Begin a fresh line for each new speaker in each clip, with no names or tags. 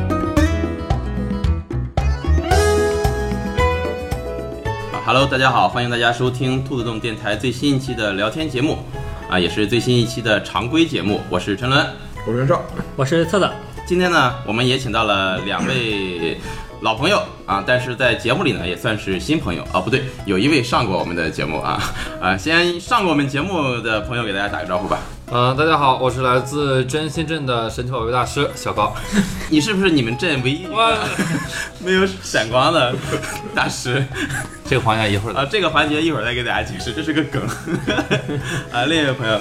啊 Hello，大家好，欢迎大家收听兔子洞电台最新一期的聊天节目，啊，也是最新一期的常规节目。我是陈伦，
我是袁绍，
我是策策。
今天呢，我们也请到了两位老朋友啊，但是在节目里呢，也算是新朋友啊，不对，有一位上过我们的节目啊，啊，先上过我们节目的朋友给大家打个招呼吧。
嗯，大家好，我是来自真心镇的神奇宝贝大师小高。
你是不是你们镇唯一一
哇
个没有闪光的大师？
这个环节一会儿
啊，这个环节一会儿再给大家解释，这是个梗。 啊，另一位朋友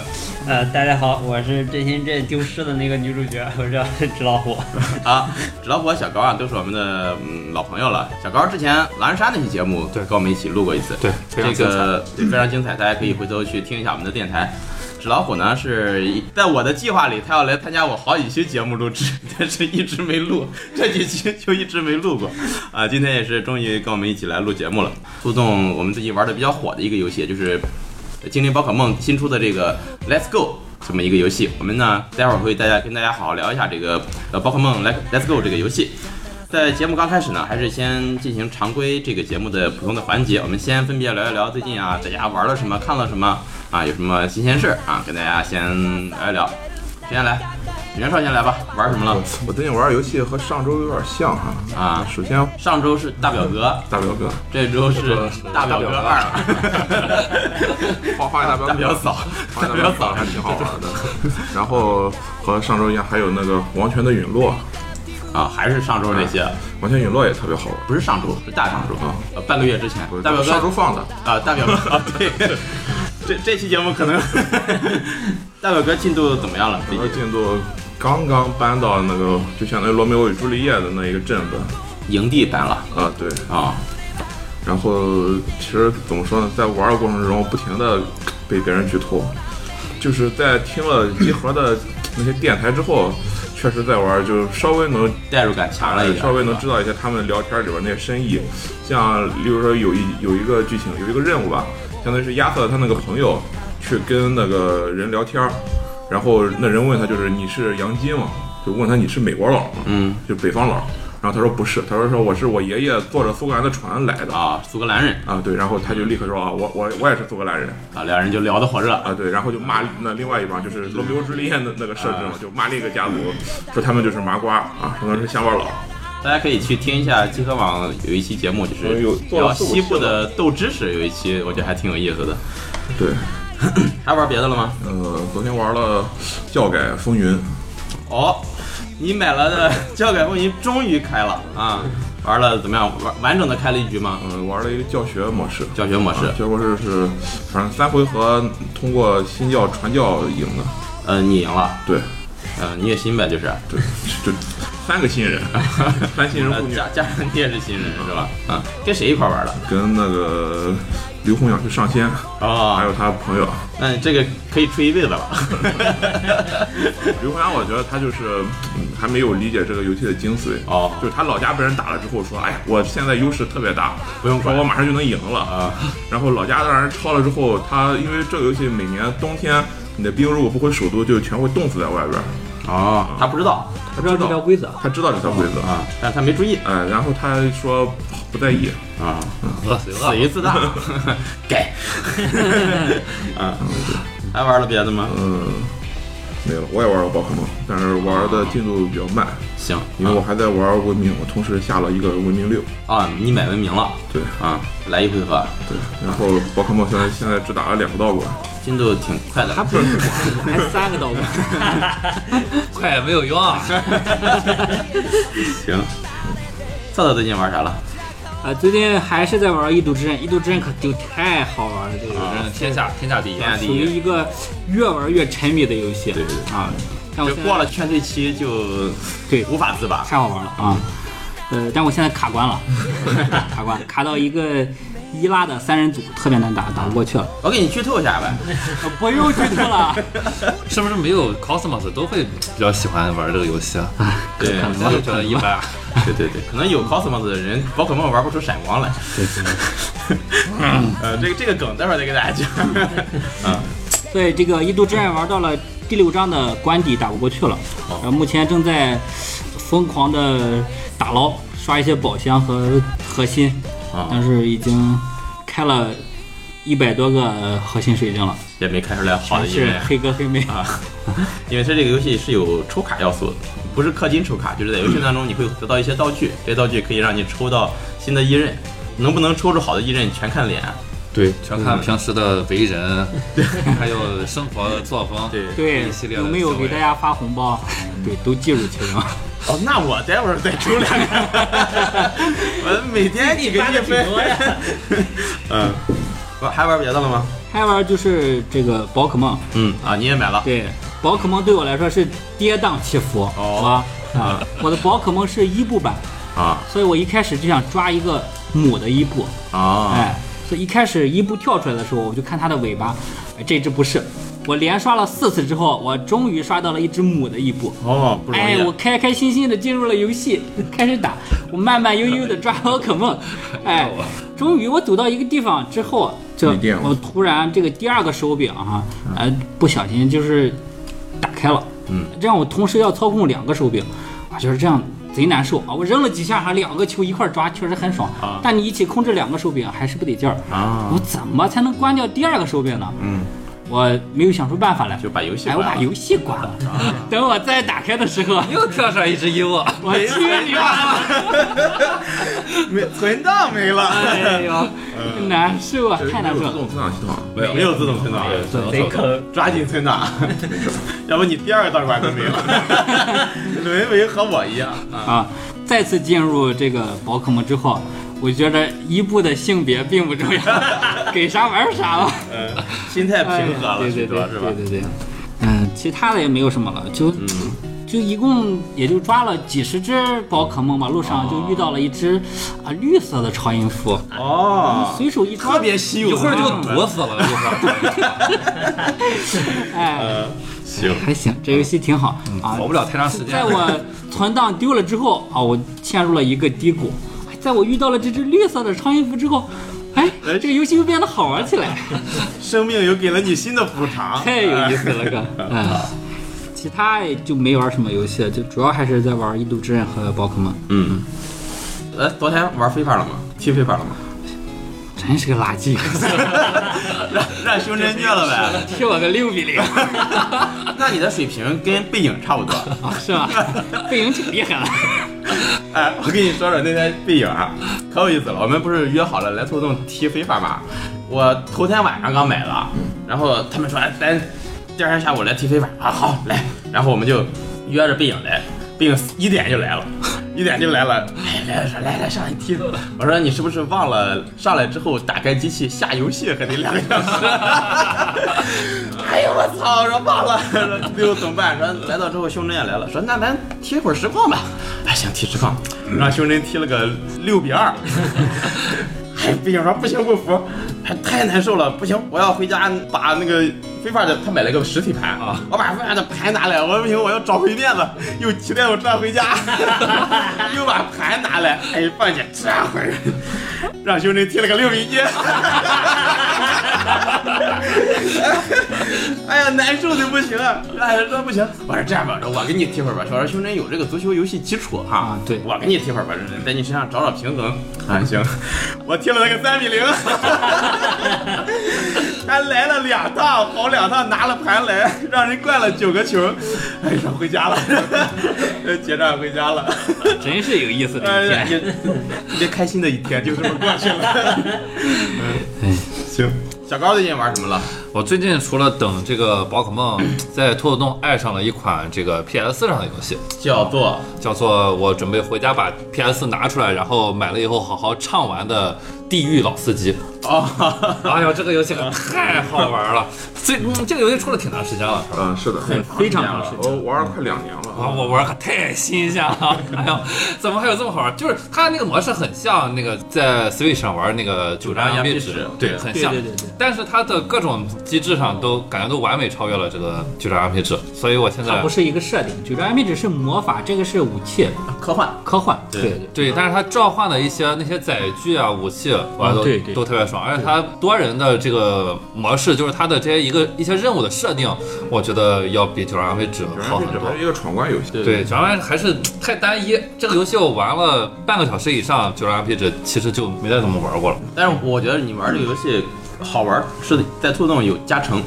呃，大家好，我是真心镇丢失的那个女主角， 我叫纸老虎。
啊，纸老虎和小高啊，都是我们的嗯老朋友了。小高之前狼人杀那期节目，
对
跟我们一起录过一次，
对非常
这
精彩
个对非常精彩，大家可以回头去听一下我们的电台。纸老虎呢是一在我的计划里，他要来参加我好几期节目录制， 但是一直没录，这几期就一直没录过。啊，今天也是终于跟我们一起来录节目了。互动我们最近玩的比较火的一个游戏，就是精灵宝可梦新出的这个 Let's Go 这么一个游戏，我们呢待会儿会大家跟大家好好聊一下这个呃宝可梦 Let Let's Go 这个游戏。在节目刚开始呢，还是先进行常规这个节目的普通的环节，我们先分别聊一聊最近啊大家玩了什么，看了什么啊，有什么新鲜事儿啊，跟大家先聊一聊。谁先来？袁绍先来吧，玩什 么了？
我最近玩的游戏和上周有点像哈
啊
首先
上周是大表哥，
大表哥，
这周是大表哥二，
花花大表
大
哥，
表嫂，
花
大
大
表
表嫂
嫂
还挺好玩的。然后和上周一样，还有那个王权的陨落，
啊，还是上周那些，
王权陨落也特别好玩。
不是上周，是大上周
啊，
呃，半个月之前
不，是
大表
上周
哥
放的，
啊， 大表哥啊，对，这这期节目可能大表哥进度怎么样了？
整个进度刚刚搬到那个就相当于罗密欧与朱丽叶的那一个镇子
营地搬了
啊，对。
啊，
然后其实怎么说呢，在玩的过程中不停的被别人剧透，就是在听了集合的那些电台之后，确实在玩就稍微能哎
代入感强了嗯一点，
稍微能知
道
道一些他们聊天里边那些深意。像例如说有一有一个剧情有一个任务吧，相当于是亚瑟他那个朋友去跟那个人聊天儿，然后那人问他就是你是杨金吗？就问他你是美国佬吗？
嗯，
就北方佬。然后他说不是，他说说我是我爷爷坐着苏格兰的船来的。
啊，苏格兰人
啊，对，然后他就立刻说啊，我我我也是苏格兰人
啊，两人就聊得火热
啊，对，然后就骂那另外一帮就是罗密欧朱丽叶的那个设置嘛，就骂那个家族，说他们就是麻瓜啊，说他们是乡巴佬，
大家可以去听一下集合网有一期节目，就是
嗯有做
聊
了四五期
西部的斗知识，有一期我觉得还挺有意思的。
对，
还玩别的了吗？
呃，昨天玩了《教改风云》，
哦，你买了的 《教改风云》终于开了啊！玩了怎么样？完完整的开了一局吗？
呃，玩了一个教学模式，
教学模式
啊。教学模式是反正三回合通过新教传教赢的，
呃，你赢了，
对
呃，你也新呗，就是，
对，就三个新人，三新人
呃
互，虐，
加加上你也是新人是吧？嗯，跟谁一块玩的？
跟那个刘洪养去上仙，还
哦，
有他朋友。
那你这个可以吹一辈子 了。
刘洪阳，我觉得他就是、嗯还没有理解这个游戏的精髓。
哦
就是他老家被人打了之后说，哎，我现在优势特别大，
不用管
说我马上就能赢了
啊。
然后老家让人抄了之后，他因为这个游戏每年冬天，你的兵如果不回首都，就全会冻死在外边儿。
哦，他不知道
他不知道这条规则，
他知道这条规则，
啊，但他没注意
呃，然后他说不在意，
啊，
饿死
死一 次大， 改。啊，还玩了别的吗？
嗯、没有，我也玩过宝可梦，但是玩的进度比较慢，
行，
因为我还在玩文明，我同时下了一个文明六，
啊，啊你买文明了
对
啊，来一回合，
对，然后宝可梦现在现在只打了两个道馆。
进度挺快的。
还三个都没。
快也没有用啊！
行，策策最近玩啥了？
啊，最近还是在玩《异度之刃》，《异度之刃》可就太好玩了，这个游戏
嗯，天下天下第一
天，下第
属于
一，
一个越玩越沉迷的游戏。
对对
啊，但我
就
现在
过了劝退期就
对
无法自拔。
太好玩了啊！呃，但我现在卡关了， 卡关卡到一个伊拉的三人组，特别难打，打不过去了。
我给你剧透一下呗，
我又剧透了，
是不是没有 Cosmos 都会比较喜欢玩这个游戏 啊？
对
我就觉得一般啊。
对对对，可能有 cosmos 的人，宝可梦玩不出闪光来。 呃，这个这个梗待会儿再给大家讲。 嗯，
对这个《异度之刃》玩到了第六章的关底，打不过去了，
哦
然后目前正在疯狂的打捞，刷一些宝箱和核心
啊，
但是已经开了一百多个核心水晶了，
也没开出来好的
哦
全
一面
是。黑哥黑妹。
啊
因为它这个游戏是有抽卡要素的，不是氪金抽卡，就是在游戏当中你会得到一些道具，这些道具可以让你抽到新的一刃，能不能抽出好的一刃全看脸。
对，全看平时的为 人，还有生活的作风，
对
对
一系，列的
有没有
行
给
为嗯
大家发红包？对，都记住其 中。
哦，那我待会儿再抽两个， 我每天 你给一分。嗯，玩还玩别的了吗？
还玩就是这个宝可梦，
嗯啊，你也买了，
对，宝可梦对我来说是跌宕起伏，
哦
好吧？啊，我的宝可梦是伊布版，
啊
所以我一开始就想抓一个母的伊布，
啊
哎，所以一开始伊布跳出来的时候，我就看它的尾巴，哎这只不是。我连刷了四次之后，我终于刷到了一只母的伊布。
哦，不容
哎，我
易。
开开心心的进入了游戏，开始打，我慢慢悠悠的抓宝 可梦，哎，终于我走到一个地方之后，这
没电了
我突然这个第二个手柄哈、呃，不小心就是打开了，
嗯，
这样我同时要操控两个手柄，啊，就是这样贼难受啊，我扔了几下还两个球一块儿抓，确实很爽，
啊
但你一起控制两个手柄还是不得劲儿，
啊
我，怎么才能关掉第二个手柄呢？
嗯，
我没有想出办法来，
就把游戏
哎，
关
我
了。啊
把游戏关了， 等我再打开的时候。
又跳上一只啊鹦鹉，
我去你妈的！
没存档没了，
哎呦，难受啊，太难受
自
了。
动存档系统啊，
没有
哎没有自动存档，
贼坑。
抓紧存档， 要不你第二个道馆都没有。沦为和我一样啊，
啊！再次进入这个宝可梦之后，我觉得伊布的性别并不重要， 给啥玩啥吧。
嗯，心态平和
哎
了
呀对
许
对对
多是吧？
对对对。嗯，其他的也没有什么了，就
嗯，
就一共也就抓了几十只宝可梦吧，路上就遇到了一只啊绿色的超音符，
哦，
随手一抓，
特别稀有，
一会儿就躲死了，一会 儿
哎，
呃，行，嗯
还行，这游戏挺好啊
活。不了太长 时间
在。我存档丢了之后啊，我陷入了一个低谷。哎在我遇到了这只绿色的超音符之后，哎，
哎
这个游戏又变得好玩起来，
生命又给了你新的补偿，哎
太有意思了，哥。嗯，其他也就没玩什么游戏了，就主要还是在玩《异度之刃》和宝可梦，
嗯，哎，昨天玩非法了吗？踢非法了吗？
真是个垃 圾，
让让修真虐了呗。
踢我个六比零，
那你的水平跟背影差不多。
是吧？背影挺厉害了，
哎，我跟你说说那天背影啊，可有意思了。我们不是约好了来兔洞踢非法吗？我头天晚上刚买的，然后他们说哎，咱第二天下午来踢非法啊，好来，然后我们就约着背影来，背影一点就来了，一点就来了，哎来说来来上来踢，我说你是不是忘了上来之后打开机器下游戏还得两个小时？ 哎呦我操！我说忘了，说最后怎么办？说来到之后，胸针也来了，说那咱踢一会儿实况吧。哎，行，踢实况，让胸针踢了个六比二。 哎，不行，说不行不服，哎太难受了，不行，我要回家把那个非法的，他买了个实体盘
啊，
我把非法的盘拿来，我说不行，我要找回面子，又骑电动车回家， 又把盘拿来，哎，放下，这会儿让兄弟踢了个六比一。 哎呀，难受的不行啊！哎呀，这不行。我说这样吧，我给你踢会儿吧。我说兄弟有这个足球游戏基础哈、
啊对
我给你踢会儿吧，在你身上找找平衡。啊，行，我踢了那个三比 零，他来了两趟，跑两趟拿了盘来，让人灌了九个球。哎呀，回家了， 结账回家了。
真是有意思
哎
的一
呀，
天。
也特别开心的一天就这么过去 了。
哎
嗯，行，小高最近玩什么了？
我最近除了等这个宝可梦，在兔子洞爱上了一款这个 PS 上的游戏，
叫做
叫做我准备回家把 PS 拿出来，然后买了以后好好唱完的《地狱老司机》。
哦，
哎呦，这个游戏可太好玩了！这嗯这个游戏出了挺长时间了，是吧？
嗯，是的，
非常好吃，
我玩了快两年了
啊，
啊，
我玩可太新鲜了！ 哎呦，怎么还有这么好玩？就是它那个模式很像那个在 Switch 上玩那个
九
九张
张
羊
羊
壁
壁纸
对，
对
很
啊对
像
对。对对，
但是它的各种机制上都感觉都完美超越了这个局长 MP 制，所以我现
它
在
不是一个设定，九州 IP 只是魔法，这个是武器
科幻
科幻。
对
对对，
对，但是它召唤的一些那些载具啊、武器，哇，
嗯
都、
对对
都特别爽。而且它多人的这个模式，就是它的这些一个一些任务的设定，我觉得要比九阳 RPG
九
好
人
很
这
多
还。是一个闯关游戏，
对
对，九阳还是太单一。这个游戏我玩了半个小时以上，九阳 RPG 其实就没再怎么玩过了。
但是我觉得你玩这个游戏好玩，是在兔洞有加成，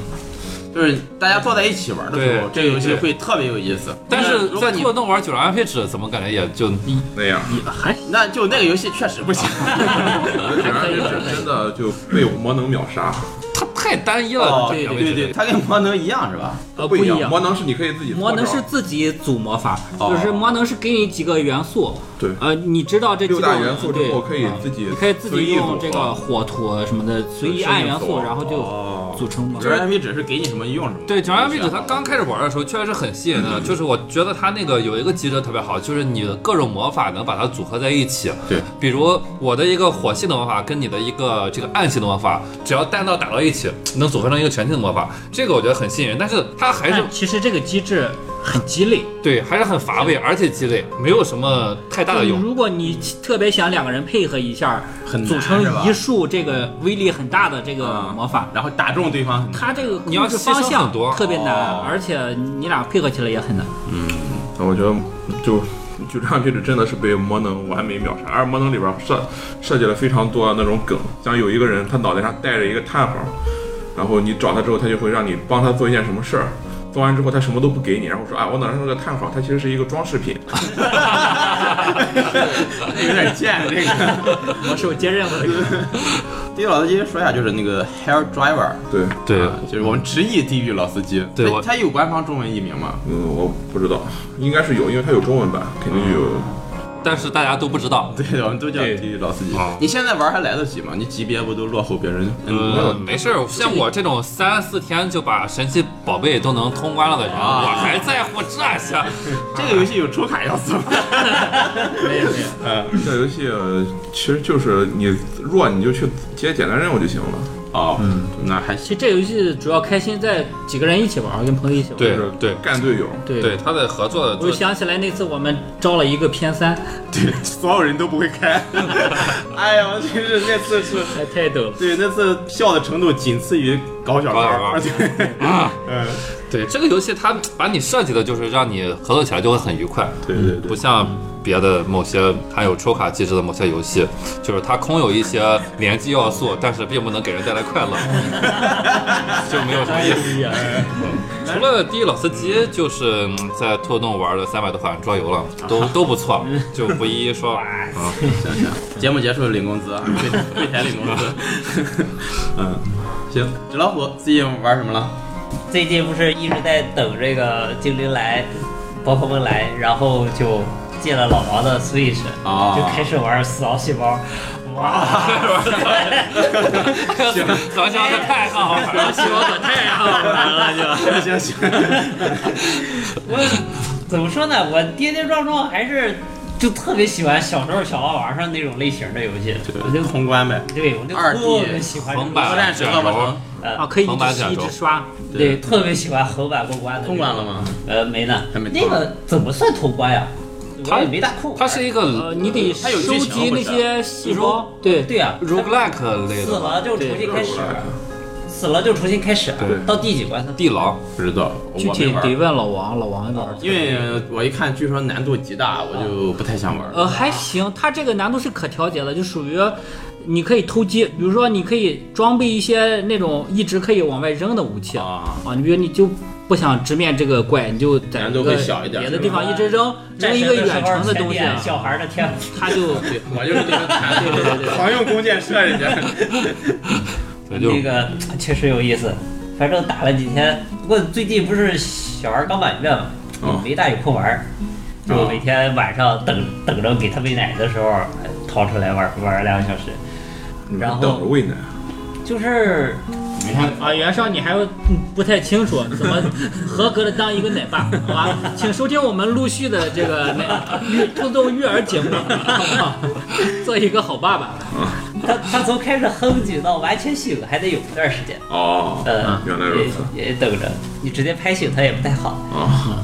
就是大家坐在一起玩的时候，这
对
个游戏
对
会特别有意思。
但是
如果
在
你
兔洞玩九阳 RPG 怎么感觉也就
那样。
还
那就那个游戏确实不行，
我觉得这人是真的就被魔能秒杀，
它太单一了
哦。，
这
对
个
对对，它跟魔能一样是吧？
呃
不
不
一
一
样。
样
魔。能是你可以自己操
魔能
着
是自己组魔法，
哦
就是魔能是给你几个元素，
对
呃，你知道这几
六
个
大元素之后
对，啊
可以自己，
你可以自己用这个
啊。
火土什么的随意按元素，然后就
哦，
组成魔
这。IP 只是给你什么用什么。
对九阳 RPG 它刚开始玩的时候确实是很吸引人的，就是我觉得它那个有一个机制特别好，就是你的各种魔法能把它组合在一起。
对，
比如我的一个火系的魔法跟你的一个这个暗系的魔法，只要单刀打到一起，能组合成一个全新的魔法，这个我觉得很吸引人。但是它还是
但其实这个机制很鸡肋，
对，还是很乏味，而且鸡肋，没有什么太大的
就
用。
如果你特别想两个人配合一下，
很难
组
是吧
成一束这个威力很大的这个魔法，
然后打中对方，
它这个控
你要
制方
牺牲很
向
多
特别难
哦，
而且你俩配合起来也很难。
我觉得就就这样，这真的是被魔能完美秒杀。而魔能里边设设计了非常多那种梗，像有一个人他脑袋上戴着一个叹号，然后你找他之后，他就会让你帮他做一件什么事儿。做完之后，他什么都不给你，然后说啊，我脑袋上这个叹号，它其实是一个装饰品。
有点贱这个。
我手接任务的，
地狱老司机说一下，就是那个 Hair Driver，
对，
对，
就是我们直译地狱老司机。
对
它
我
它有官方中文译名吗？
嗯，我不知道，应该是有，因为它有中文版，肯定有。
但是大家都不知道。
对，我们都叫地
对
狱老司机
哦。
你现在玩还来得及吗？你级别不都落后别人？嗯
呃，没事儿，像我这种三四天就把神奇宝贝都能通关了的人，
啊
我还在乎这些？
这个游戏有抽卡要 素吗？
没有没有。
这游戏呃其实就是你弱你就去接简单任务就行了。
哦，
嗯
那还行。
其实这游戏主要开心在几个人一起玩儿，跟朋友一起玩儿。
对
就是
对
干队友。
对
对，他的合作
我就想起来那次我们招了一个偏三，
对，所有人都不会开。 哎呀，我真是那次是，
哎，太逗了。
对，那次笑的程度仅次于搞小啊
高小
高。
高
对，呃
对这个游戏，它把你设计的就是让你合作起来就会很愉快，
对对
不，像别的某些它有抽卡机制的某些游戏，就是它空有一些联机要素，但是并不能给人带来快乐，就没有什么意思。
呀，
除了第一老司机，就是嗯在兔洞玩了三百多款桌游了，都都不错，就不一一说。啊，
行行，节目结束领工资 啊，柜柜台领工资。 嗯，行，纸老虎最近玩什么了？
最近不是一直在等这个精灵来，宝可梦来，然后就进了老王的 Switch，、
哦
啊
就开始玩死亡细胞。 哇！
咱想的太好玩了，
细胞可太
啊
好玩了，
行
就。
行行，
我怎么说呢？我跌跌撞撞还是就特别喜欢小时候小霸王上那种类型的游戏。我就
通关呗。
对，我就
二 D
特别喜欢这
横
种
版
战士
卷
恶魔
轴
城，
啊，
呃，
可以
横版
一直
卷
一
轴
直刷，
对，特别喜欢横版过关的。
通关了？吗？
呃，没呢。
还没通
那个怎么算通关呀？
它
我也没大空。
它是一个
呃，你得
它有剧
收
情
集那些细胞，对，
对呀、
roguelike 类
死
的吧
了就重新开始，死了就重新开始
对，
到第几关呢？
地牢。
不知道，
具
我没
体得
玩。
问老王，老王玩。
因为我一看，据说难度极大，我就不太想玩。
呃，还行，它这个难度是可调节的，就属于你可以偷鸡，比如说你可以装备一些那种一直可以往外扔的武器
啊
你比如你就不想直面这个怪，你就在
难度
一个
会小一点
别
是
的
吧
地方一直扔，扔一个远程的
啊
东西，啊
战神时候全点小孩的天赋。
它就
对，我就是那个残
对对对对
常用弓箭射人家。
对，就
那个确实有意思，反正打了几天。不过最近不是小孩刚满月嘛，
哦
没大有空玩儿，
嗯
就每天晚上等等着给他喂奶的时候哎掏出来玩儿玩儿两个小时。
你
然
们
后
等着喂奶。
就是
你看
啊，袁绍，你还有嗯不太清楚怎么合格的当一个奶爸，好吧？请收听我们陆续的这个奶 育互动育儿节目， 好不好？做一个好爸爸。
他他从开始哼唧到完全醒，还得有一段时间。
哦，
嗯
呃，
原来如此
也也等着你直接拍醒他也不太好。
啊，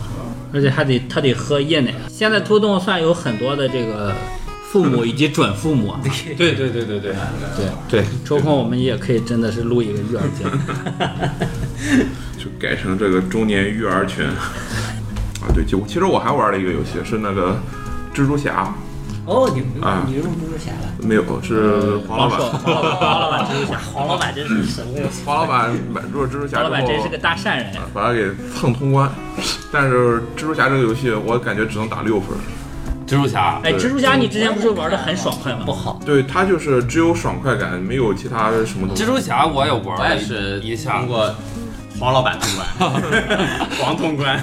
而且还得他得喝夜奶。现在拖动算有很多的这个父母以及准父母啊，
对对对对对，
对，
抽空我们也可以真的是录一个育儿节 目。
就改成这个中年育儿群。啊，对，就其实我还玩了一个游戏，是那个蜘蛛侠，
哦，你们
啊
你入蜘蛛侠了？
没有，是黄老板。
黄老板，
哇，黄老板真是神了！
黄老板买入了蜘蛛侠
黄老
之
板真是
后
个，大善 人。
把它给蹭通关。但是蜘蛛侠这个游戏，我感觉只能打六分。
蜘蛛侠
哎，蜘蛛侠，你之前不是玩的很爽快吗
不？好，
对，它就是只有爽快感，没有其他什么东西
蜘。蛛侠我也玩
我也
了
是
一下
通，过黄老板通关，黄通关。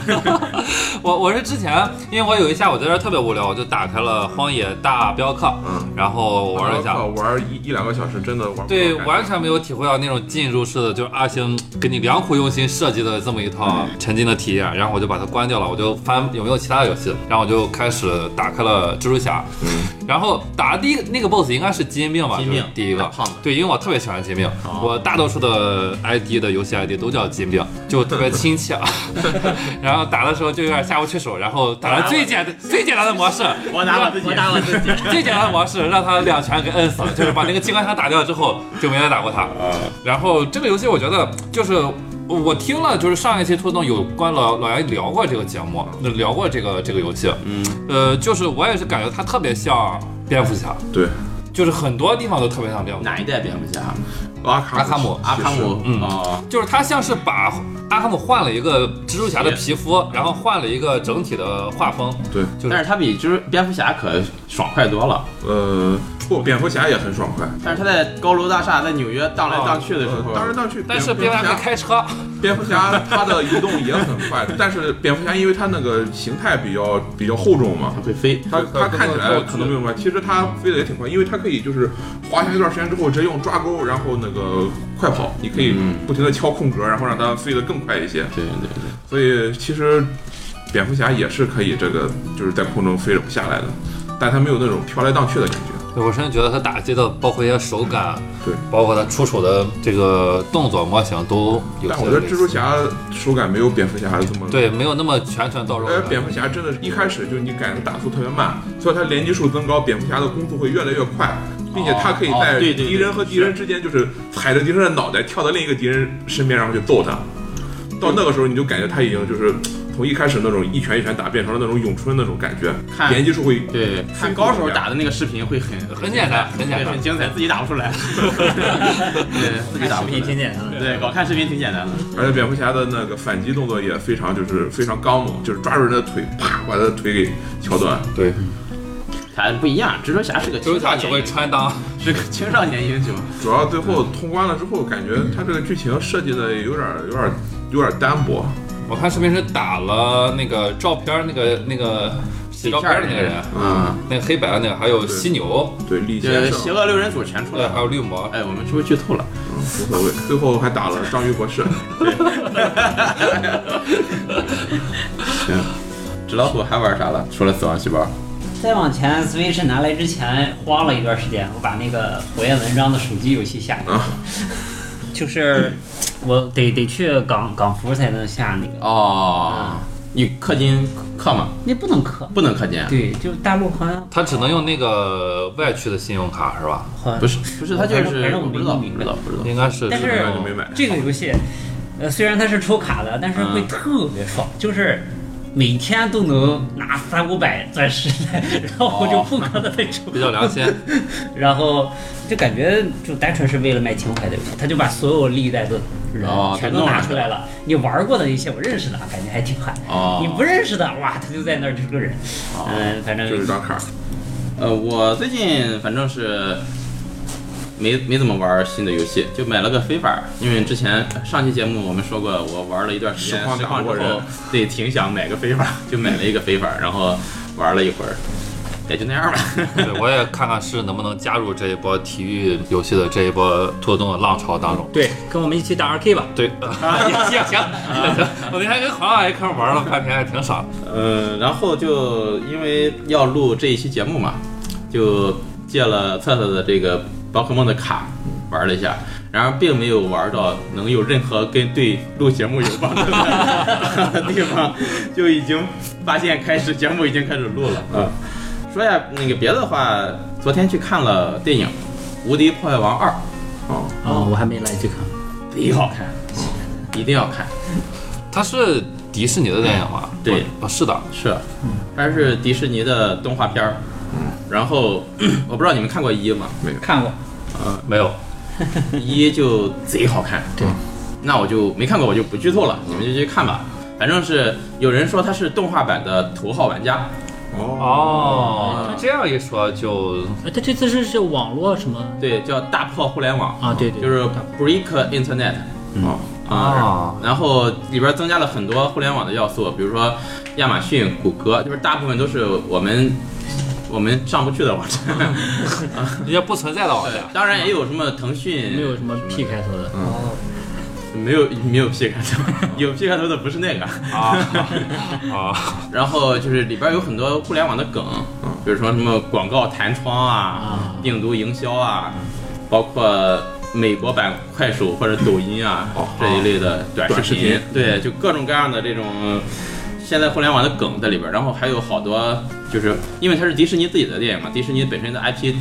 我我是之前，因为我有一下我在这儿特别无聊，我就打开了《荒野大镖客》，
嗯
然后我玩了一下，
玩一一两个小时，真的玩不
对，
到感觉
完全没有体会到那种进入式的，就是阿星给你良苦用心设计的这么一
嗯
套沉浸的体验。然后我就把它关掉了，我就翻有没有其他的游戏，然后我就开始打开了蜘蛛侠。
嗯
然后打的第一个那个 boss 应该是金命吧，
金命
就是第一个
大胖子哦
对，因为我特别喜欢金命，我大多数的 ID 的游戏 ID 都叫金命，就特别亲 切。啊。然后打的时候就有点下不去手，然后打了最简单最简单的模式，
我拿我自己，
我打我自己。
最简单的模式让他两拳给摁死了，就是把那个机关枪打掉之后就没再打过他。然后这个游戏我觉得就是。我听了，就是上一期兔动有关老老杨聊过这个节目，聊过这个这个游戏，嗯，呃，就是我也是感觉它特别像蝙蝠侠，
对
就是很多地方都特别像蝙蝠侠，
哪一代蝙蝠侠？
阿卡
阿卡姆
阿卡姆，
嗯
哦，
就是它像是把阿卡姆换了一个蜘蛛侠的皮肤，然后换了一个整体的画风，
对，
就是
但是他比就是蝙蝠侠可爽快多了。
呃，不，蝙蝠侠也很爽快。
但是他在高楼大厦，在纽约荡来荡去的时候，
呃当然当去，
但是蝙
蝙蝠
蝠侠没
侠
开车，
蝙蝠侠他的移动也很快，但是蝙蝠侠因为他那个形态比较比较厚重嘛
他，会飞。
他他
他他
看起
他
来可能没有那么快，其实他飞得也挺快，因为他可以就是滑翔一段时间之后，直接用抓钩，然后那个快跑，你可以
嗯
不停的敲空格，然后让它飞得更快一些。
对对对，
所以其实蝙蝠侠也是可以这个就是在空中飞着不下来的，但他没有那种飘来荡去的感觉。
对我真的觉得他打击的，包括一些手感，啊
对，
包括他出手的这个动作模型都有些类
但
似。
我觉得蜘蛛侠手感没有蝙蝠侠这么。
对没有那么拳拳到肉
而
的
且蝙蝠侠真的是一开始就你感觉打速特别慢，所以他连击数增高，蝙蝠侠的攻速会越来越快，并且他可以
哦
在
对对对
敌人和敌人之间就是踩着敌人的脑袋跳到另一个敌人身边，然后去揍他。到那个时候你就感觉他已经就是从一开始那种一拳一拳打变成了那种咏春那种感觉，
看
连击数会
对，看高手打的那个视频会很
很简单 很简单
对很精彩，自己打不出 来，对， 自己打不出
也挺
来。
简单的。
对，搞看视频挺简单的，
而且蝙蝠侠的那个反击动作也非常就是非常刚猛，就是抓住人的腿，啪把他的腿给敲断。
对，
它不一样。蜘蛛侠是个
蜘蛛
青少
侠只
年
会
英雄，
穿裆，
是个青少年英 雄。
主要最后通关了之后，感觉他这个剧情设计的有点有点有点单薄。
我看视频是打了那个照片儿那个那个洗照片儿的那个人，
嗯，
那个黑白的那个，还有
对
犀牛，
对，李
这
先
邪
生
恶六人组全出来
对，还有
了。
绿魔，
哎，我们是不是剧透 了？
无所谓，最后还打了章鱼博士。
纸老虎还玩啥了？除了死亡细胞，
再往前，Switch 拿来之前慌了一段时间，我把那个火焰文章的手机游戏下了，
啊
就是我得得去港港服才能下那个，
哦，你氪金氪吗？
那不能氪。
不能氪金啊。
对，就大陆好像
他只能用那个外区的信用卡是吧？
好像
不是不是，他就
反正
是
反正我
我不知
没
道
弄
不
明
知
白
道不知道。
应该是，
但是
就没买
这个游戏，呃，虽然它是抽卡的，但是会
嗯
特别爽，就是每天都能拿三五百钻石来，然后我就
哦
疯狂的在抽，
比较良心，
然后就感觉就单纯是为了卖情怀的游戏，他就把所有历代的人
哦
全
都
都
弄
拿
上
出来了，你玩过的一些我认识的，啊感觉还挺嗨。
哦
你不认识的，哇，他就在那儿就是个人，嗯，反正
就是一张卡，
呃，我最近反正是没没怎么玩新的游戏，就买了个飞法，因为之前上期节目我们说过，我玩了一段时间
实况
实况
打
之
过人
后，对，挺想买个飞法，就买了一个飞法，然后玩了一会儿，也就那样吧。
对，我也看看是能不能加入这一波体育游戏的这一波拖动的浪潮当中。
对，跟我们一起打 2K 吧。
对， 行行行，我那天跟黄老一块玩了半天，还挺爽。
嗯，然后就因为要录这一期节目嘛，就借了策策的这个宝可梦的卡玩了一下，然而并没有玩到能有任何跟对录节目有帮助的 地方，就已经发现开始节目已经开始录了。嗯，说一下那个别的话，昨天去看了电影《无敌破坏王二》，哦，
哦，我还没来去看。
贼好看，一定要看。
它是迪士尼的电影吗？
对
哦，是的，
是，它是迪士尼的动画片儿。然后 我不知道你们看过一吗？
看过，
没有。
一就贼好看。
对，
那我就没看过，我就不剧透了，你们就去看吧。反正是有人说它是动画版的头号玩家，
哦，
哦，这样一说就
呃他这次是是网络什么
对，叫大破互联网，
啊？嗯对对，
就是 Break Internet
哦，
嗯
啊。然后里边增加了很多互联网的要素，比如说亚马逊、谷歌，就是大部分都是我们我们上不去的网站。
人家不存在的网站。
当然也有什么腾讯，
没有什么 P 开头的。
没有没有 P 开头， 有 P 开头的不是那个。
啊啊！
然后就是里边有很多互联网的梗，比如说什么广告弹窗啊、
啊
病毒营销啊，包括美国版快手或者抖音啊
哦
这一类的短
短
视
视频
对，就各种各样的这种现在互联网的梗在里边。然后还有好多就是因为它是迪士尼自己的电影嘛，迪士尼本身的 IP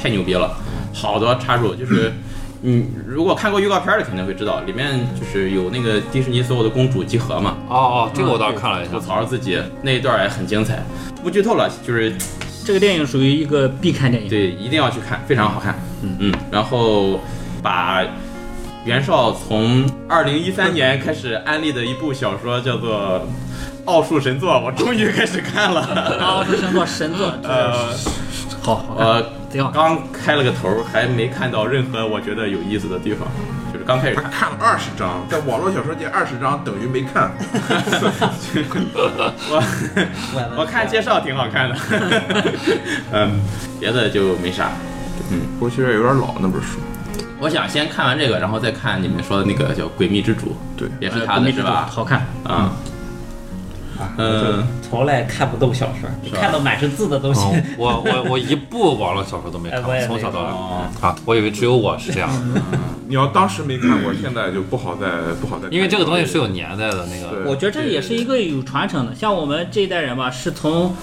太牛逼了，好多插入就是。
嗯
你如果看过预告片儿的，肯定会知道，里面就是有那个迪士尼所有的公主集合嘛，
哦哦，这个我倒是看了一下
吐。槽自己那一段也很精彩，不剧透了，就是
这个电影属于一个必看电影。
对，一定要去看，非常好看。嗯嗯，然后把袁绍从二零一三年开始安利的一部小说叫做《奥术神作》，我终于开始看了。
啊，这神作神 作，
呃
好好看，
呃，
贼好看。
刚开了个头，还没看到任何我觉得有意思的地方，就是刚开始
他
看。
看了二十章，在网络小说界二十章等于没看。
我我看介绍挺好看的， 嗯，别的就没啥。
不过其实有点老那本书，
我想先看完这个，然后再看你们说的那个叫《诡秘之主》，
对
也
呃
是他
国
的
民之
是
主
吧？
好看，
啊，
啊
嗯，
从来看不懂小说，你看到满是字的东西，
哦我我我一部网络小说都没看
哎我也
过，从
没
小到
哦，
大啊，我以为只有我是这样，
你要当时没看过，现在就不好再不好再看。
因为这个东西是有年代的那个。
对
我觉得这也是一个有传承的。像我们这一代人吧，是从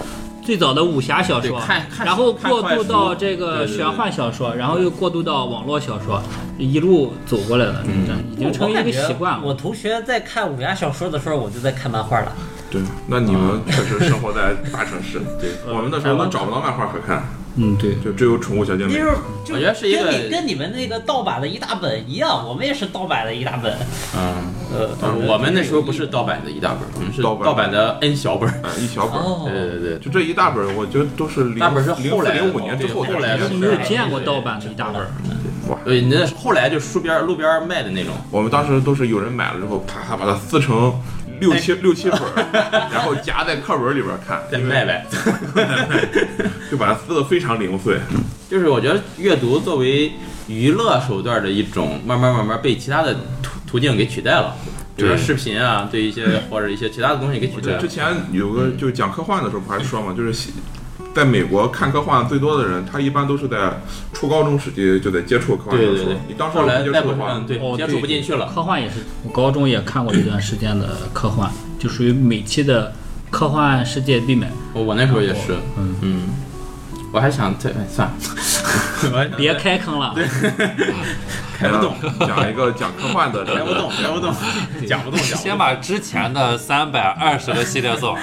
最早的武侠小说
对看，看
然后过
看快
渡
书
到这
对
个
对对
玄幻小说，然后又过渡到网络小说，一路走过来的，
嗯
已经成为一个习惯
我
了。
同学在看武侠小说的时候，我就在看漫画了。
对，那你们确实生活在大城 市，
对
我们那时候都找不到漫画可看，
嗯，对，
就只有《宠物小精
就
灵
是》。就
我觉得哦是一个
跟你跟你们那个盗版的一大本一样，我们也是盗版的一大本。
嗯，
呃，
我们那时候不是盗版的一大本儿，我们是
盗版
盗版的 N 小 本儿，
呃，一小本儿，
哦
对，对对，
就这一大本儿，我觉得都是零
大本儿是
零
后
四
来
零五年之后
对后来
的
的
没有见过盗版的一大本儿，
对，那是后来就书边儿路边儿卖的那种，
我们当时都是有人买了之后，啪啪把它撕成六
哎
七六七本儿， 然后夹在课文里边儿看，
再卖呗。
就把它撕得非常零碎。
就是我觉得阅读作为娱乐手段的一种，慢慢慢慢被其他的途途径给取代了，比如说
对
视频啊，对一些或者一些其他的东西给取代
就
了
之。前有个就讲科幻的时候，不还说嘛，就是西在美国看科幻最多的人，他一般都是在初高中时期就在接触科幻小
对对
说。
对，
你当时
后来
不接
再
触
不
的话嗯
上，， 对
哦
接触不进去了。
科幻也是。我高中也看过一段时间的科幻，就属于每期的科幻世界必买。
哦我我那时候也是，
嗯
嗯，我还想再哎算了，我还想
别开坑了，
开不动，
讲一个讲科幻 的这
开不
个
动，开不动，讲不动，讲不
先
动。
把之前的三百二十个系列做完，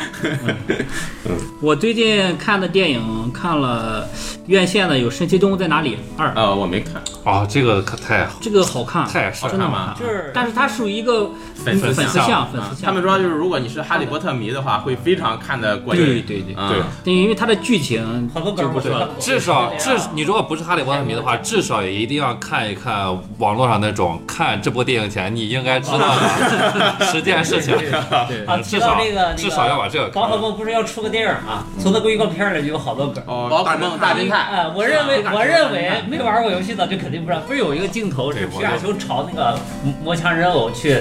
我最近看的电影看了，院线的有《神奇动物在哪里二》，
啊，我没看，
哦，这个可太好，
这个好看，啊
太帅
真的
好看
好
吗
看。
就是
但是它属于一个
粉丝
丝
向
向，粉
啊
丝向。
他们说就是如果你是哈利波特迷的话，会非常看得过瘾。
对对对
啊
对
对，因为它的剧情
好多
就
梗
不
我
是
看过
至少
我
至
看过
你如果不是哈利波特迷的话，至少也一定要看一看网络上那种看这部电影前你应该知道的十件事情，嗯
对
啊，
至
提
少
到这个，
至少要把这个看
宝
完
可梦不是要出个电影吗？从那个预告片里就有好多梗。
宝
哦，
可梦大侦探，
啊，我认为我认为没玩过游戏的就肯定不知道，不是有一个镜头是皮卡丘朝那个魔强人偶去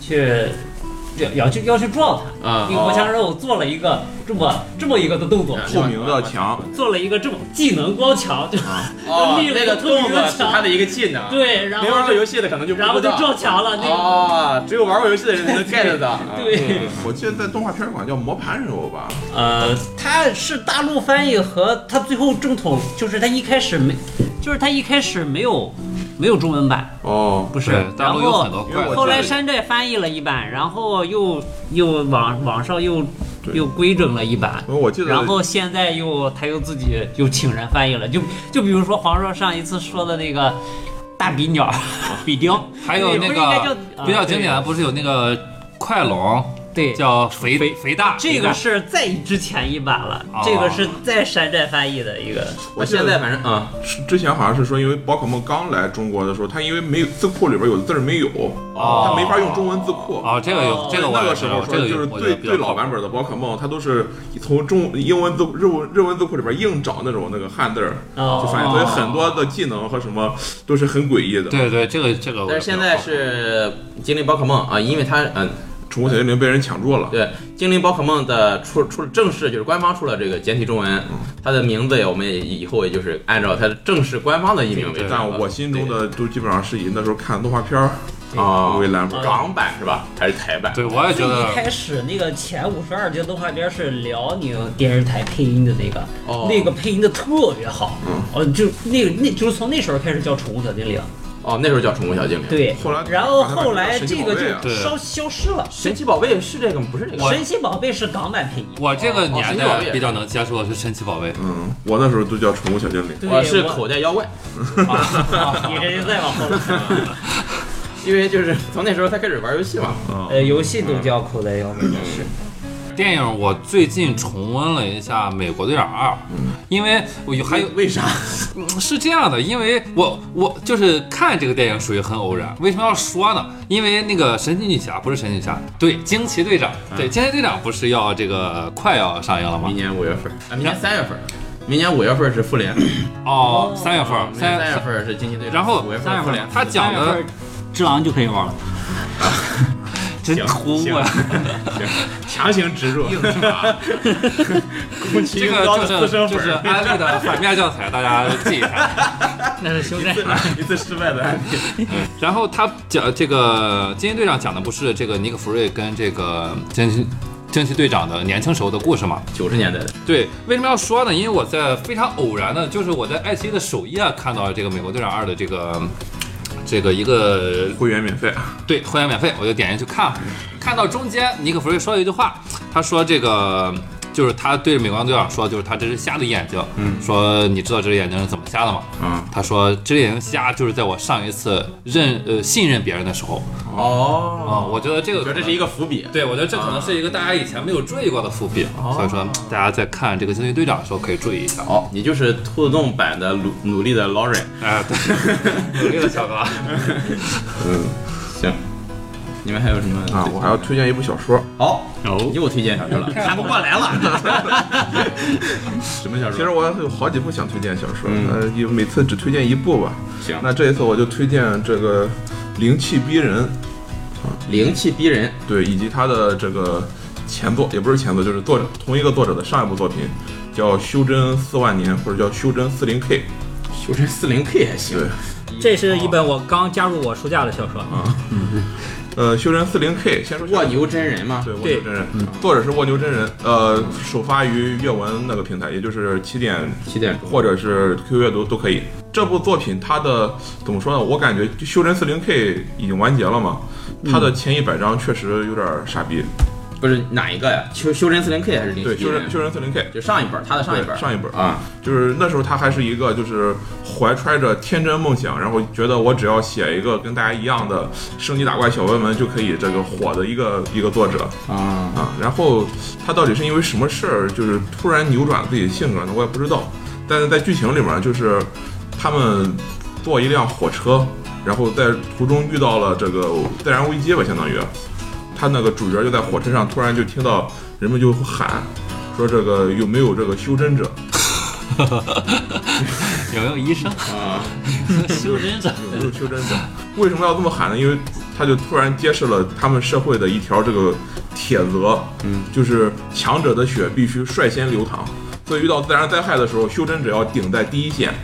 去要要去要去撞他，
嗯
那个魔强人偶做了一个这么这么一个的动作，
透明的 墙，
做了一个这种技能光墙，就
哦，
立了
那
一
个
个
动
透明
作
的
是他
墙，
的一个技能，
对，然
没玩
后
过游戏的可能就不知
然后
道
就撞墙了，那个
哦，只有玩过游戏的人才 能 get 到，
对，
我记得在动画片馆叫磨盘人偶吧，
呃，他是大陆翻译和他最后正统，就是他一开始没，就是他一开始没有没有中文版，
哦，
不
对
是，
大
然
陆有
后
很多
因为
怪
我
物，
后来山寨翻译了一版，然后又又网网上又
对
又规整了一版，
因为我记得
然后现在又他又自己又请人翻译了，就就比如说黄硕上一次说的那个大比鸟、比雕，
啊还有那
不是应该叫
个比较经典的
啊
不是有那个快龙
对。对
叫肥肥大，
这个是在之前一版了，
哦
这个是在山寨翻译的一个，
我现在反正啊，
是之前好像是说，因为宝可梦刚来中国的时候，它因为没有字库里边有的字儿没有，
哦
它没法用中文字库。
哦，这个有这个我
那
也
个
知
时
道
候
这
说
个
就
有
是
我觉
最
得比较
最老版本的宝可梦，它都是从中英文字日文日文字库里边硬找那种那个汉字儿，
哦
就发现，所以很多的技能和什么都是很诡异的。
对对，这个这个我觉得比较好。
但是现在是精灵宝可梦啊，因为它嗯，
宠物小精灵被人抢注了，
对，精灵宝可梦的出出正式就是官方出了这个简体中文，
嗯
它的名字也我们也以后也就是按照它的正式官方的译名为主了。
但我心中的都基本上是以那时候看动画片儿
啊
为蓝本。
哦
港版是吧？还是台版？
对，我也觉
最一
得
开始那个前五十二集动画片是辽宁电视台配音的那个，
哦
那个配音的特别好，
嗯
哦，就那个那就是从那时候开始叫《宠物小精灵》，
哦，那时候叫宠物小精灵。，
对，
后来
然后后来这
神
个
奇宝贝啊
就
对
消消失了。
神奇宝贝是这个吗？不是这个。
神奇宝贝是港版配音，
我这个
哦神
年
奇宝贝
代比较能接触的是神奇宝贝。
嗯，我那时候都叫宠物小精灵。
对哦
我呃是 口袋妖怪，
你这就再往后了，
因为就是从那时候才开始玩游戏嘛。
哦
呃，游戏都叫口袋妖怪，是
电影我最近重温了一下《美国队长二》，因为我有还有嗯
为啥？
是这样的，因为我我就是看这个电影属于很偶然。为什么要说呢？因为那个神奇女侠不是神奇女侠，对，惊奇队长，对，惊奇队长不是要这个快要上映了吗
明？年五月份，啊，明年三月份，嗯明年五月份是复联，
哦，三月份儿，
明
三
年三
月
月
份儿。
份是惊奇队长，
然后
五月份
三
是
月
复
份
联
儿，，他讲
三
的
月份呃只狼就可以玩了。
真突兀啊。
强行植入，
这个就是就是安利的反面教材，大家记一下。
那是修正。
一次失败的案例。
然后他讲这个惊奇队长讲的不是这个尼克弗瑞跟这个惊奇惊奇队长的年轻时候的故事吗？
九十年代的，
对，为什么要说呢？因为我在非常偶然的，就是我在爱奇艺的首页啊看到了这个《美国队长二》的这个这个一个
会员免费，
对，会员免费，我就点进去看，看到中间尼克弗瑞说了一句话，他说这个就是他对美国队长说，就是他这是瞎的眼睛，嗯，说你知道这只眼睛是怎么瞎的吗？
嗯，
他说这只眼睛瞎就是在我上一次认呃信任别人的时候啊、
哦，
我觉得这个
我觉得这是一个伏笔，
对，我觉得这可能是一个大家以前没有注意过的伏笔，所以说大家在看这个惊奇队长的时候可以注意一下。
哦，你就是兔子洞版的努努力的 Lauren。
哎， 对，努力了，小哥。
嗯
行， 你们还有什么
啊，我还要推荐一部小说，
好，
哦
又推荐下去了，看不过来了。什么小
其实
说？
我有好几部想推荐小说，
嗯
呃，也每次只推荐一部吧。
行
那这一次我就推荐这个《灵气逼人》，
灵气逼人，
对，以及他的这个前作，也不是前作，就是作者同一个作者的上一部作品，叫《修真四万年》或者叫《修真四零 K》。
修真四零 K 还行
对，
这是一本我刚加入我书架的小说，
呃，《修真四零 K》先说
卧。牛真人吗？
对，蜗牛真人，嗯作者是蜗牛真人，呃，首发于阅文那个平台，也就是起点
起点
或者是 QQ 阅读都可以。这部作品它的怎么说呢？我感觉《修真四零 K》已经完结了嘛，
嗯
它的前一百章确实有点傻逼。
不是哪一个呀？修修真四零 K 还是灵
对，《
气逼
修真
人？
修真四零 K》
就上一本，他的上一本，
对上一本
啊，
就是那时候他还是一个就是怀揣着天真梦想，然后觉得我只要写一个跟大家一样的升级打怪小文文就可以这个火的一个一个作者。
啊，
啊，然后他到底是因为什么事儿，就是突然扭转自己性格呢？我也不知道。但是在剧情里面，就是他们坐一辆火车，然后在途中遇到了这个自然危机吧，相当于，他那个主角就在火车上突然就听到人们就喊，说这个有没有这个修真者，
有没有医生？
修真者，
有没有修真者？为什么要这么喊呢？因为他就突然揭示了他们社会的一条这个铁则，嗯，就是强者的血必须率先流淌，所以遇到自然灾害的时候，修真者要顶在第一线。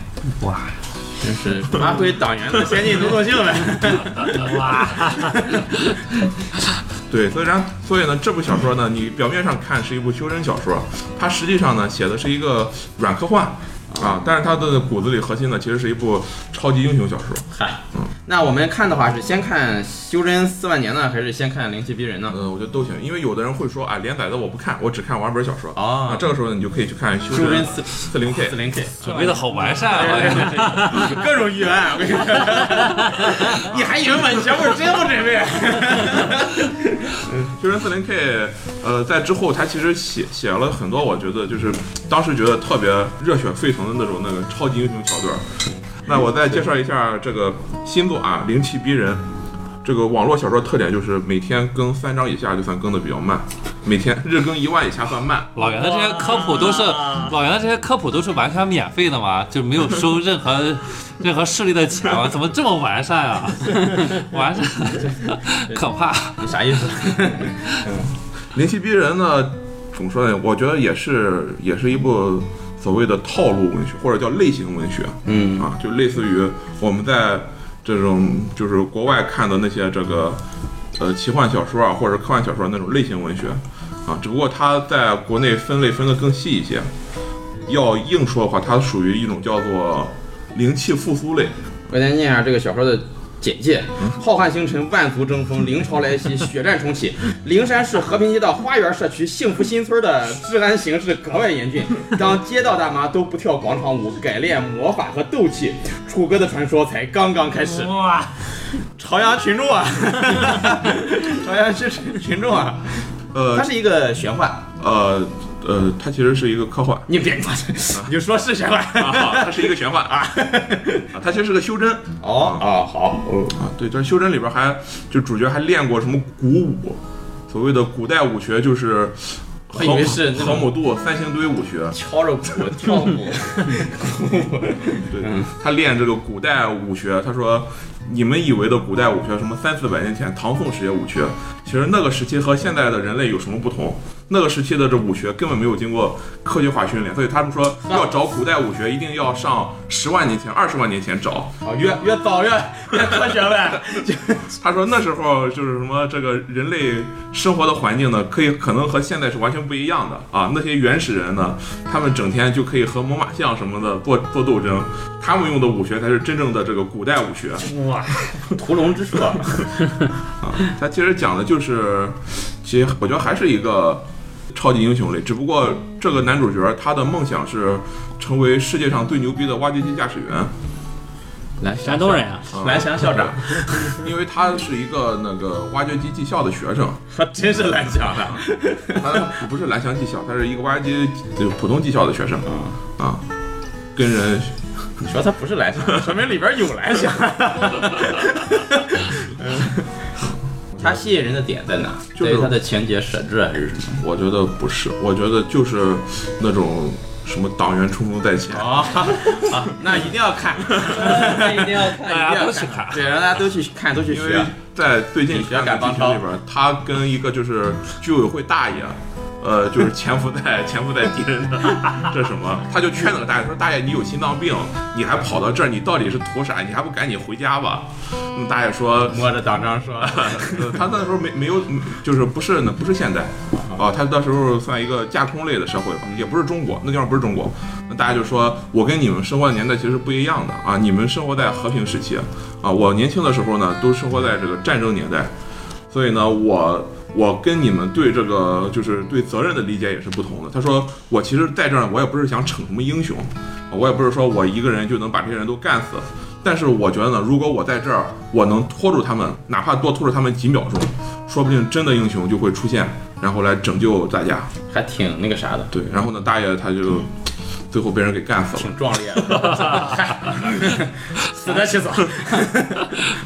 就是发挥党员的先进能动性呗。
对，所以然所以呢，这部小说呢，你表面上看是一部修真小说，它实际上呢写的是一个软科幻啊，但是它的骨子里核心呢，其实是一部超级英雄小说。
嗨， 那我们看的话是先看《修真四万年》呢，还是先看《灵气逼人》呢？
嗯、我觉得都行，因为有的人会说啊，连载的我不看，我只看完本小说。啊
哦
那这个时候呢，你就可以去看修
修真
真
四四
四零 K，
零 K，
准备的好完善啊！
各种预啊案，我跟你说，你还以为本节目真不准备？
修真四零 K，呃，在之后他其实写写了很多，我觉得就是当时觉得特别热血沸腾的那种那个超级英雄桥段。那我再介绍一下这个新作啊，《灵气逼人》。这个网络小说特点就是每天更三章以下就算更的比较慢，每天日更一万以下算慢。
老袁的这些科普都是老袁的这些科普都是完全免费的嘛，就没有收任何任何势力的钱嘛？怎么这么完善啊？完善，可怕！
你啥意思？
灵气逼人呢，怎么说呢？我觉得也是也是一部所谓的套路文学，或者叫类型文学。
嗯
啊，就类似于我们在这种就是国外看的那些这个呃奇幻小说啊，或者科幻小说那种类型文学啊，只不过它在国内分类分得更细一些。要硬说的话，它属于一种叫做灵气复苏类。
我先念一下这个小说的简介：浩瀚星辰，万族争锋，灵潮来袭，血战重启。灵山市和平街道花园社区幸福新村的治安形势格外严峻。当街道大妈都不跳广场舞，改练魔法和斗气，楚歌的传说才刚刚开始。
哇，
朝阳群众啊， 朝阳是群众啊，
呃
它是一个玄幻。
呃呃，它其实是一个科幻，
你别，你就说是玄幻。
啊、它是一个玄幻啊，啊它其实是个修真。
哦啊，好，
啊，对，就是修真里边还就主角还练过什么古舞，所谓的古代武学就是
我以为是那种
河姆渡三星堆舞学，
敲着鼓跳舞，
对，他练这个古代武学，他说。你们以为的古代武学，什么三四百年前唐宋时期武学，其实那个时期和现在的人类有什么不同？那个时期的这武学根本没有经过科学化训练，所以他们说
啊
要找古代武学，一定要上十万年前、二十万年前找。
啊，越越早越越科学呗。
他说那时候就是什么这个人类生活的环境呢，可以可能和现在是完全不一样的啊。那些原始人呢，他们整天就可以和猛犸象什么的做做斗争，他们用的武学才是真正的这个古代武学
哇，屠龙之术，
啊。他其实讲的就是，其实我觉得还是一个超级英雄类，只不过这个男主角他的梦想是成为世界上最牛逼的挖掘机驾驶员。
来
山东人 啊，
蓝翔校长，
因为他是一个那个挖掘机技校的学生，
还真是蓝翔啊的。
他不是蓝翔技校，他是一个挖机就普通技校的学生啊，跟人
你说他不是蓝翔，说明里边有蓝翔。 他吸引人的点在哪？
就是
在于他的情节设置还是什么？
我觉得不是，我觉得就是那种什么党员冲锋在前，
啊啊，那一定要看，
那一定要看。
大家都去看，
对，让大家都去看，都去
因为
学。
啊在最近看的剧情里边，他跟一个就是居委会大爷。呃，就是潜伏在潜伏在敌人的这什么，他就劝那个大爷说：“大爷，你有心脏病，你还跑到这儿，你到底是图啥？你还不赶紧回家吧？”那么大爷说：“
摸着党章说，
呃他那时候没没有，就是不是呢，不是现代，啊，他那时候算一个架空类的社会吧，也不是中国，那地方不是中国。那大家就说，我跟你们生活的年代其实是不一样的啊，你们生活在和平时期，啊，我年轻的时候呢，都生活在这个战争年代，所以呢，我我跟你们对这个就是对责任的理解也是不同的。他说，我其实在这儿，我也不是想逞什么英雄，啊我也不是说我一个人就能把这些人都干死，但是我觉得呢，如果我在这儿，我能拖住他们，哪怕多拖住他们几秒钟，说不定真的英雄就会出现，然后来拯救大家。
还挺那个啥的。
嗯对，然后呢，大爷他就最后被人给干死了。
挺壮烈的，
死得其早。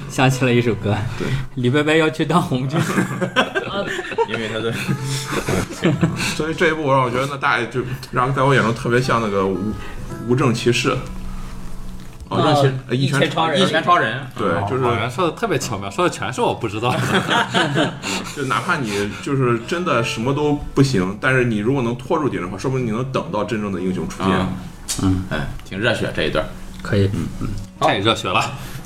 想起了一首歌，
对，
李白白要去当红军，
因为他 的
所以这一部让我觉得那大爷就让在我眼中特别像那个无无证骑士，哦，一
哦
拳呃一
一
拳
拳超人
一拳超人，
对，就是
好像说的特别巧妙，说的全是我不知道的。
就哪怕你就是真的什么都不行，但是你如果能拖住点的话，说不定你能等到真正的英雄出现。
嗯哎，挺热血这一段。
可以，
太热血了，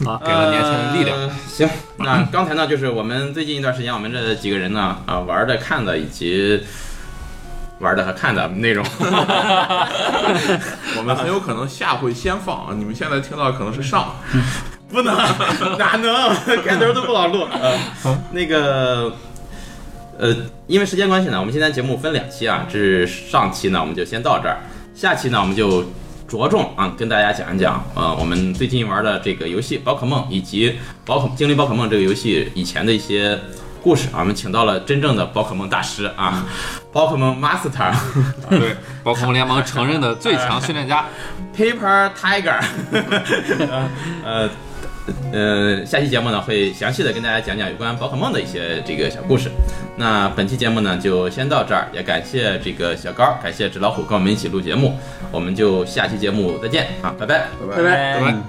好
给了年轻人力量。
呃行，那刚才呢，就是我们最近一段时间，我们这几个人呢，啊、玩的、看的以及玩的和看的内容，
我们很有可能下回先放，你们现在听到的可能是上。
不能， 哪能？开头都不好录。呃， 那个，呃，因为时间关系呢，我们今天节目分两期啊，这上期呢我们就先到这儿，下期呢我们就着重啊跟大家讲一讲，呃，我们最近玩的这个游戏《宝可梦》以及《宝可精灵宝可梦》这个游戏以前的一些。故事啊，我们请到了真正的宝可梦大师啊，宝可梦 Master
对，宝可梦联盟承认的最强训练家，
Paper Tiger，呃呃，下期节目呢会详细的跟大家讲讲有关宝可梦的一些这个小故事。那本期节目呢就先到这儿，也感谢这个小高，感谢纸老虎跟我们一起录节目，我们就下期节目再见啊，拜拜。
拜
拜拜。
对吧？